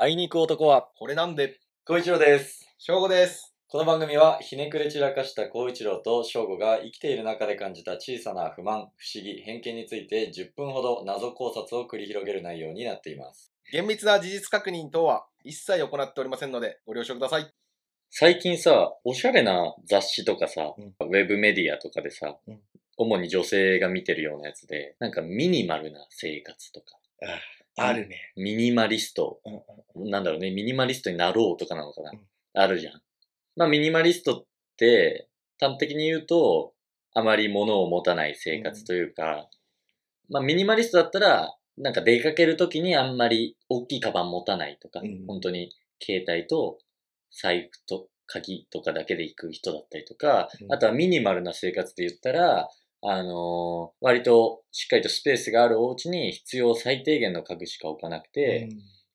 あいに行く男は、これなんで、孝一郎です。正午です。この番組は、ひねくれ散らかした孝一郎と正吾が生きている中で感じた小さな不満、不思議、偏見について10分ほど謎考察を繰り広げる内容になっています。厳密な事実確認等は一切行っておりませんので、ご了承ください。最近さ、おしゃれな雑誌とかさ、うんウェブメディアとかでさ、うん主に女性が見てるようなやつで、なんかミニマルな生活とか、あるね。ミニマリスト、なんだろうね、ミニマリストになろうとかなのかな、うんあるじゃん。まあミニマリストって、端的に言うと、あまり物を持たない生活というか、まあミニマリストだったら、なんか出かけるときにあんまり大きいカバン持たないとか、うん本当に携帯と財布と鍵とかだけで行く人だったりとか、うんあとはミニマルな生活で言ったら、あのー割としっかりとスペースがあるお家に必要最低限の家具しか置かなくて、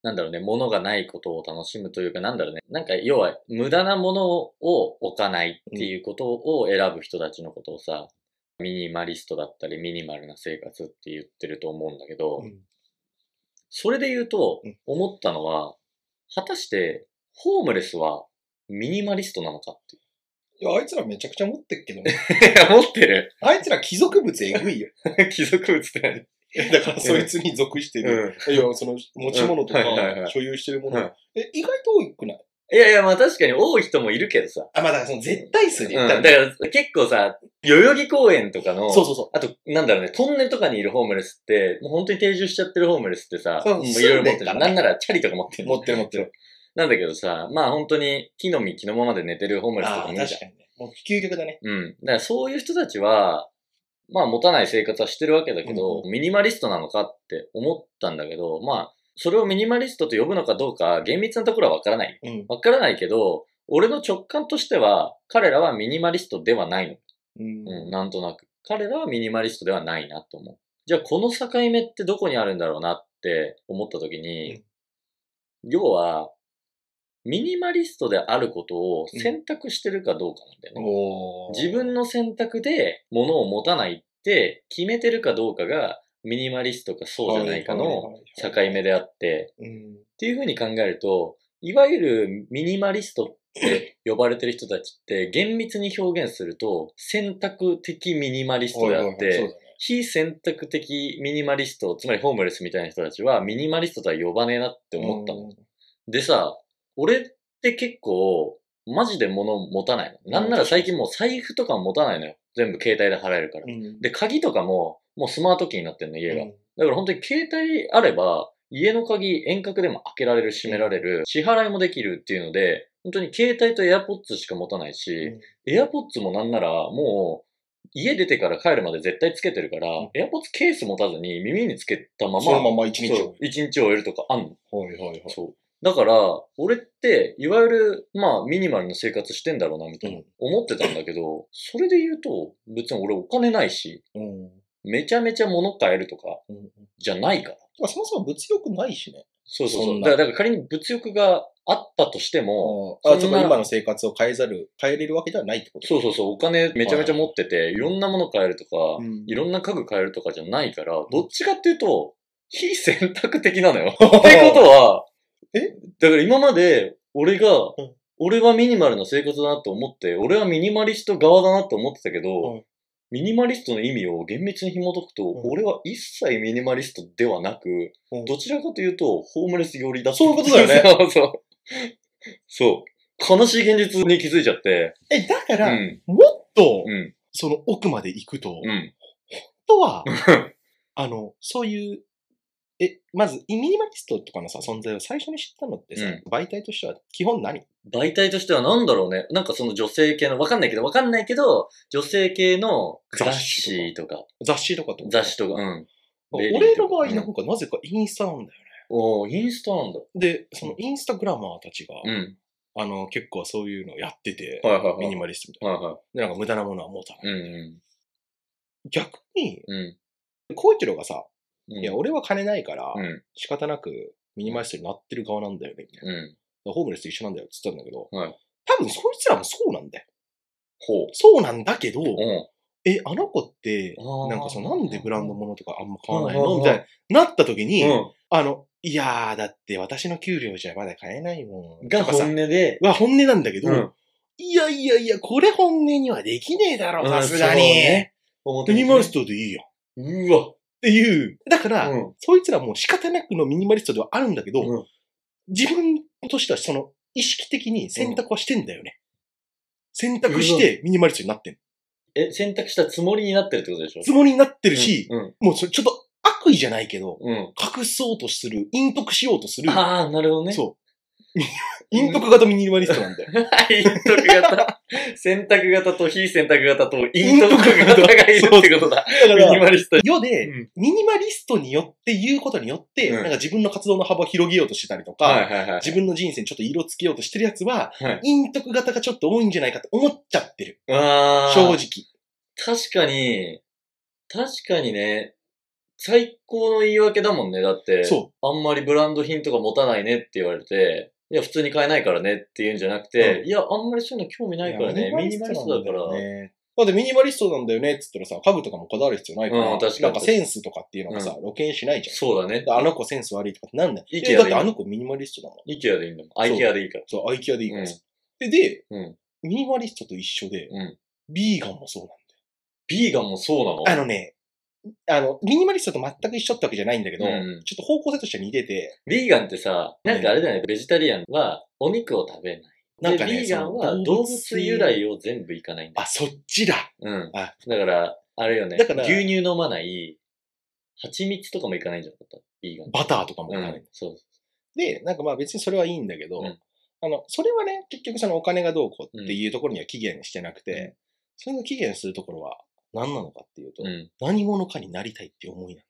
なんだろうね、物がないことを楽しむというか、なんだろうね、なんか要は無駄なものを置かないっていうことを選ぶ人たちのことをさ、ミニマリストだったりミニマルな生活って言ってると思うんだけど、うんそれで言うとうん思ったのは、果たしてホームレスはミニマリストなのかっていいや、あいつらめちゃくちゃ持ってっけどね。 う。持って るあいつら貴族物えぐいよ。 貴族物っていやだからそいつに属して何、る。いや、その持ち物とかうんはいはいはい所有してるもうのん。え、意外と多くないいやいや、まあ確かに多い人もいるけどさ。あ、まあだからその絶対数でう言ん、っだたからね、結構さ、代々木公園とかの、そうそうそあと、なんだろうね、トンネルとかにいるホームレスって、もう本当に定住しちゃってるホームレスってさ、そうもうい住ろいろん持ってでっるじかゃらん。ねなんならチャリとか持ってう。る持ってる持ってる。なんだけどさ、まあ本当に木の実、木のままで寝てるホームレスとああ、かも確いかるにじゃん。ね。もう究極だね。うん。だからそういう人たちは、まあ持たない生活はしてるわけだけど、ミニマリストなのかって思ったんだけど、まあ、それをミニマリストと呼ぶのかどうか、厳密なところはわからない。うん。わからないけど、俺の直感としては、彼らはミニマリストではないの。うんうん、なんとなく。彼らはミニマリストではないなと思う。じゃあこの境目ってどこにあるんだろうなって思った時に、要は、ミニマリストであることを選択してるかどうかなんだよね。おー自分の選択で物を持たないって決めてるかどうかがミニマリストかそうじゃないかの境目であって、うん。っていうふうに考えると、いわゆるミニマリストって呼ばれてる人たちって、厳密に表現すると、選択的ミニマリストであっおいおいおいそて、うだね非選択的ミニマリスト、つまりホームレスみたいな人たちは、ミニマリストとは呼ばねえなって思ったの。でさ、俺って結構、マジで物持たないの。なんなら最近もう財布とか持たないのよ。全部携帯で払えるからう。ん。で、鍵とかも、もうスマートキーになってんの、家がう。んだから本当に携帯あれば、家の鍵遠隔でも開けられる、閉められる、支払いもできるっていうので、本当に携帯と AirPods しか持たないし、AirPods もなんならもう、家出てから帰るまで絶対つけてるから、AirPods ケース持たずに耳につけたまま、そのまま一日そうを。一日を終えるとかあんの。はいはいはい。そう。だから、俺って、いわゆる、まあ、ミニマルな生活してんだろうな、みたいな、うん思ってたんだけど、それで言うと、別に俺お金ないし、うん。めちゃめちゃ物買えるとかうんじゃないから。まあそもそも物欲ないしね。そうそうそそうんだなから。だから仮に物欲があったとしても、あ、そそんうなか、今の生活を変えざる、変えれるわけではないってことそうそうそう、お金めちゃめちゃ持ってて、いろんなもの買えるとか、うんいろんな家具買えるとかじゃないから、どっちかっていうと、非選択的なのよ。ってことは、えだから今まで俺がうん、俺はミニマルな生活だなと思って、俺はミニマリスト側だなと思ってたけうどん、ミニマリストの意味を厳密に紐解くと、うん俺は一切ミニマリストではなく、うんどちらかというと、ホームレス寄りだったそういうことだよね。 そうそう。そう。悲しい現実に気づいちゃって。え、だかうら、ん。もっと、うん。その奥まで行くと、うん。とは、あの、そういう、え、まず、ミニマリストとかのさ、存在を最初に知ったのってさ、う媒体としては基本何媒体としては何だろうね。なんかその女性系の、わかんないけど、わかんないけど、女性系の雑誌とか、雑誌とかってこと雑誌とか、うん。レディー俺とのか場合なんかなぜかインスタなんだよね。おおインスタなんだ。で、そのインスタグラマーたちが、うん。あの、結構そういうのをやってて、はいはいはい。ミニマリストみたいはいはな。で、なんか無駄なものは持たない。い。うん逆に、うん。うコイチロがさ、ん。いや、俺は金ないからう、ん。仕方なくミニマリストになってる側なんだよね、みたいな。うん。ホームレスと一緒なんだよって言ってたんだけど、はい多分そいつらもそうなんだよ。ほう。そうなんだけど、うん。え、あの子ってあー、なんかそのなんでブランド物とかあんま買わないうんうんうのんみたいになった時に、うん。あの、いやー、だって私の給料じゃまだ買えないもん。がとかさ本音で、は本音なんだけど、うんいやいやいや、これ本音にはできねえだろ、うんさすがそうに。ねミ表ニにマリストでいいよ。っうわ。ていう。だから、うんそいつらもう仕方なくのミニマリストではあるんだけど、うん自分としてはその意識的に選択はしてんだよね。選択してミニマリストになってる。え、選択したつもりになってるってことでしょつもりになってるりし、うん。もうそれちょっと悪意じゃないけど、うん。隠そうとする、隠匿しようとする。ああ、なるほどね。そう。陰徳型ミニマリストなんだよ。陰徳型。 選択型と非選択型と陰徳型 がいるってことだ。だかミニら、マリスト。世で、うんミニマリストによって言うことによって、うんなんか自分の活動の幅を広げようとしてたりとか、はいはいはい。自分の人生にちょっと色つけようとしてるやつは、はい陰徳型がちょっと多いんじゃないかって思っちゃってる。ああ。正直。確かに、確かにね、最高の言い訳だもんね。だって、そあんまりブランド品とか持たないねって言われて、いや、普通に買えないからねって言うんじゃなくて、いや、あんまりそういうの興味ないからね。ミニマリストだから。ねだってミニマリストなんだよねって言ったらさ、家具とかもこだわる必要ないから、うん確かになんかセンスとかっていうのがさ、露見しないじゃん。そうだねで。あの子センス悪いとかってなんだよ。 IKEA いやだってあの子ミニマリストだもん。イケアでいいんだもん。アイケアでいいから。そう、アイキアでいいからさ。でで、うんミニマリストと一緒で、うんビーガンもそうなんだよビーガンもそうなのあのね、あの、ミニマリストと全く一緒ってわけじゃないんだけど、うんちょっと方向性としては似てて、ビーガンってさ、なんかあれだよね、ベジタリアンはお肉を食べない。なんかね、で、ビーガンはその動物由。来を全部いかないんだよ。あ、そっちだ。うん。あだから、あれよね、だから牛乳飲まない、蜂蜜とかもいかないんじゃなかったビーガン。バターとかも、うん、そう。で、なんかまあ別にそれはいいんだけど、うんあの、それはね、結局そのお金がどうこうっていうところには期限してなくて、それの期限するところは何なのかっていうと、うん。何者かになりたいっていう思いなん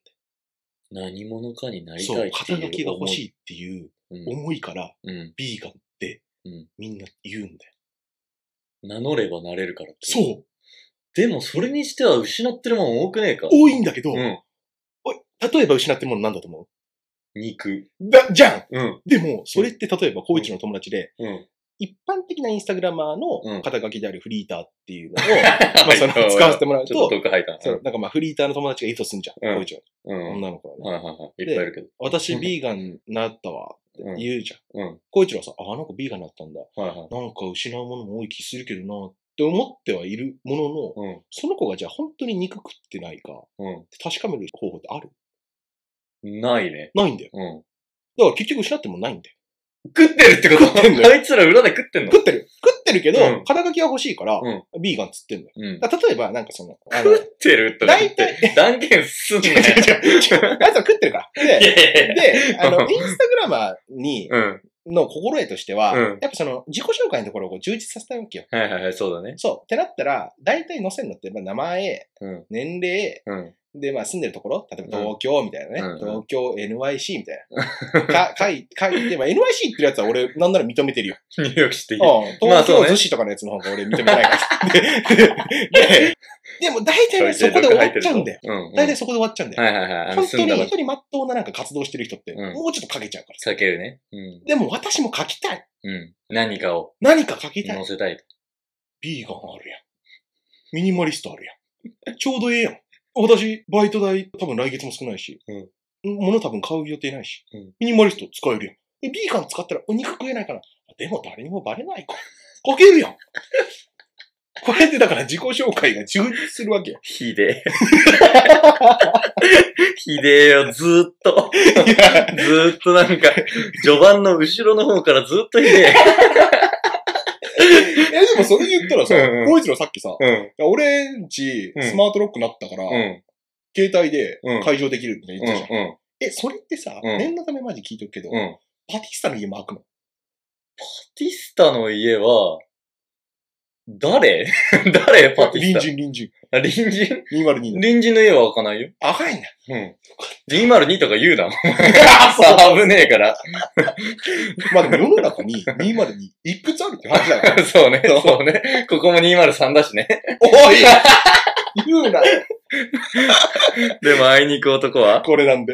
何者かになだりよ。たいそう、ってい肩う書きが欲しい。いっていううん。思いから、うんビーガンってうんみんな言うんだよ。名乗ればなれるからって。う。そうでも、それにしては失ってるもん多くねえか。多いんだけど、うん。例えば失ってるものなんだと思う肉。だ、じゃんうん。でも、それって例えば、高一の友達で、うん。一般的なインスタグラマーうんの肩書きであるフリーターっていう のを、まあその使わせてもらうちょっとと、毒吐いたな。そう、なんかまあフリーターの友達がいるとすんじゃうんん、高一は。うん。はい女の子はね。はいはい。いっぱいいるけど。私ビーガンになったわってうん言うじゃん。うん。高一郎さん、あ、あの子ビーガンになったんだ。はいはい。なんか失うものも多い気するけどなって思ってはいるものの、うん。その子がじゃあ本当に肉食ってないかう確かめる方法ってあるん。ないね。ないんだよ。うん。だから結局失ってもないんだよ。食ってるってこと食ってんだよあいつら裏で食ってんの食ってる食ってるけど、うん肩書きは欲しいから、うんビーガンっつってんだよ。うん。だから例えば、なんかその、あの食、ってるとか言って、断言すん な違うよ。違う違う。やつは食ってるから。いやで、いやいやで、あの、インスタグラマーに、うん。の心得としては、うんやっぱその、自己紹介のところをこう充実させたいわけよ。はいはいはい、そうだね。そう。ってなったら、大体載せるのって、まあ名前、うん。年齢、うん。で、まあ住んでるところ、例えば東京みたいなね、うん東京 NYC みたい な。か、書い、書いて、まあ NYC って言うやつは俺、なんなら認めてるよ。ニューヨークシティ。うんまあ東そう京ね逗子とかのやつの方が俺認めてないから。でででも大体 ねそこで終わっちゃうんだよ。うん。うん大体そこで終わっちゃうんだよ。はいはいはい。あの本当住んにだ場一所人まっとうななんか活動してる人って、うんもうちょっと書けちゃうからさ。避けるね。うん。でも私も書きたい。うん。何かを何か書きたい乗。せたいと。ビーガンあるやん。ミニマリストあるやん。ちょうどええやん。私、バイト代多分来月も少ないし、うん物多分買う予定ないし、うんミニマリスト使えるやん。えビーガン使ったらお肉食えないから。でも誰にもバレないか。書けるやん。これってだから自己紹介が充実するわけよ。ひでえ。 ひでえよ、ずーっと。 ずーっとなんか、序盤の後ろの方からずーっとひでえ、でもそれ言ったらさ、うんうんこいつらさっきさ、え。俺んちうんスマートロックなったから、うん。携帯でうん解錠できるみたいなう言ってたじゃん。ん。うん。え、それってさ、うん念のためマジ聞いとくけど、うん。パティスタの家も開くのパティスタの家は、誰 誰パティスタ。隣。人隣人。あ、隣人202の。隣人の家は開かないよ。赤いんだ。うん。202とか言うな。 そう危ねえから。まあでも世の中に202いくつあるって話だ から。そうね、そうね。ここも203だしね。おい言うな。 でも、あいに行く男はこれなんで。